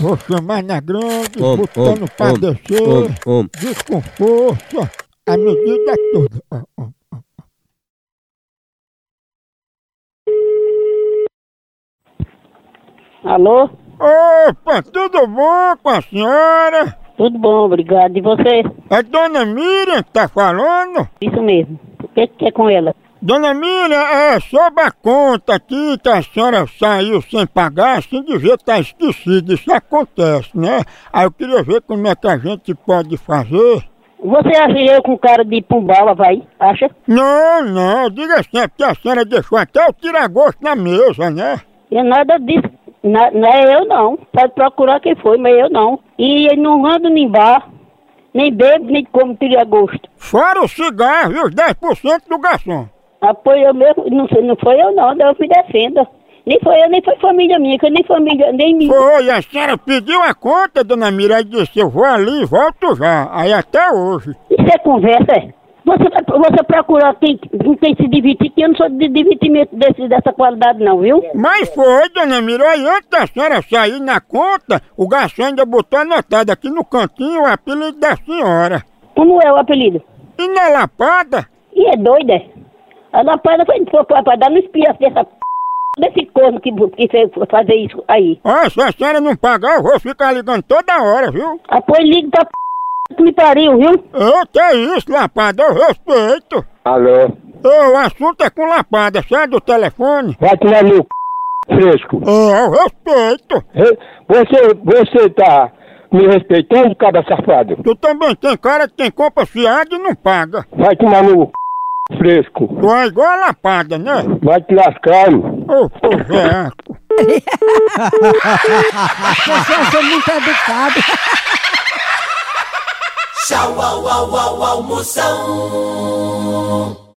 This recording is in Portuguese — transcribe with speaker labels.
Speaker 1: Vou chamar na grande,
Speaker 2: Om,
Speaker 1: botando
Speaker 2: om,
Speaker 1: pra
Speaker 2: om,
Speaker 1: descer,
Speaker 2: om, om.
Speaker 1: diz com força, a medida é toda. Ó, ó.
Speaker 3: Alô?
Speaker 1: Opa, tudo bom com a senhora?
Speaker 3: Tudo bom, obrigado. E você?
Speaker 1: É Dona Miriam que tá falando?
Speaker 3: Isso mesmo. O que que é com ela?
Speaker 1: Dona Miriam, é sobre a conta aqui que a senhora saiu sem pagar, assim devia estar esquecida, isso acontece, né? Aí eu queria ver como é que a gente pode fazer.
Speaker 3: Você acha eu com cara de pombala, vai? Acha?
Speaker 1: Não, não, diga assim, é porque a senhora deixou até o tiragosto na mesa, né?
Speaker 3: E nada disso. Na- não é eu não. Pode procurar quem foi, mas eu não. E eu não ando nem bar, nem bebo, nem como tira gosto.
Speaker 1: Fora o cigarro e os 10% do garçom.
Speaker 3: Apoio eu mesmo, não, sei, não foi eu não, Deus me defenda. Nem foi eu, nem foi família minha, que eu nem família, nem minha.
Speaker 1: Foi, a senhora pediu a conta, dona Mira, e disse, eu vou ali e volto já. Aí até hoje.
Speaker 3: Isso é conversa, é? Você vai você procurar quem, com quem se divertir, que eu não sou de divertimento desse, dessa qualidade não, viu?
Speaker 1: Mas foi, dona Mira, e antes da senhora sair na conta, o garçom ainda botou anotado aqui no cantinho o apelido da senhora.
Speaker 3: Como é o apelido?
Speaker 1: E na lapada,
Speaker 3: E é doida? é? A lapada foi, foi, foi pra dar no espiaço dessa p... desse corno que, que fez fazer isso aí.
Speaker 1: ó, se a senhora não pagar, eu vou ficar ligando toda hora, viu?
Speaker 3: Apoio liga pra p... que me pariu, viu?
Speaker 1: Eu que é isso, lapada, eu respeito.
Speaker 4: Alô?
Speaker 1: Ô, o assunto é com lapada, sai do telefone.
Speaker 4: Vai tomar meu c... fresco.
Speaker 1: Ô, eu respeito.
Speaker 4: Re- Você, você tá me respeitando, cabra safado?
Speaker 1: Tu também tem cara que tem compra fiada e não paga.
Speaker 4: Vai tomar meu c... fresco.
Speaker 1: Tu é igual a lapada, né?
Speaker 4: Vai te lascar, meu.
Speaker 1: Ô, poveaco.
Speaker 5: Tchau, au, au, au, almoção.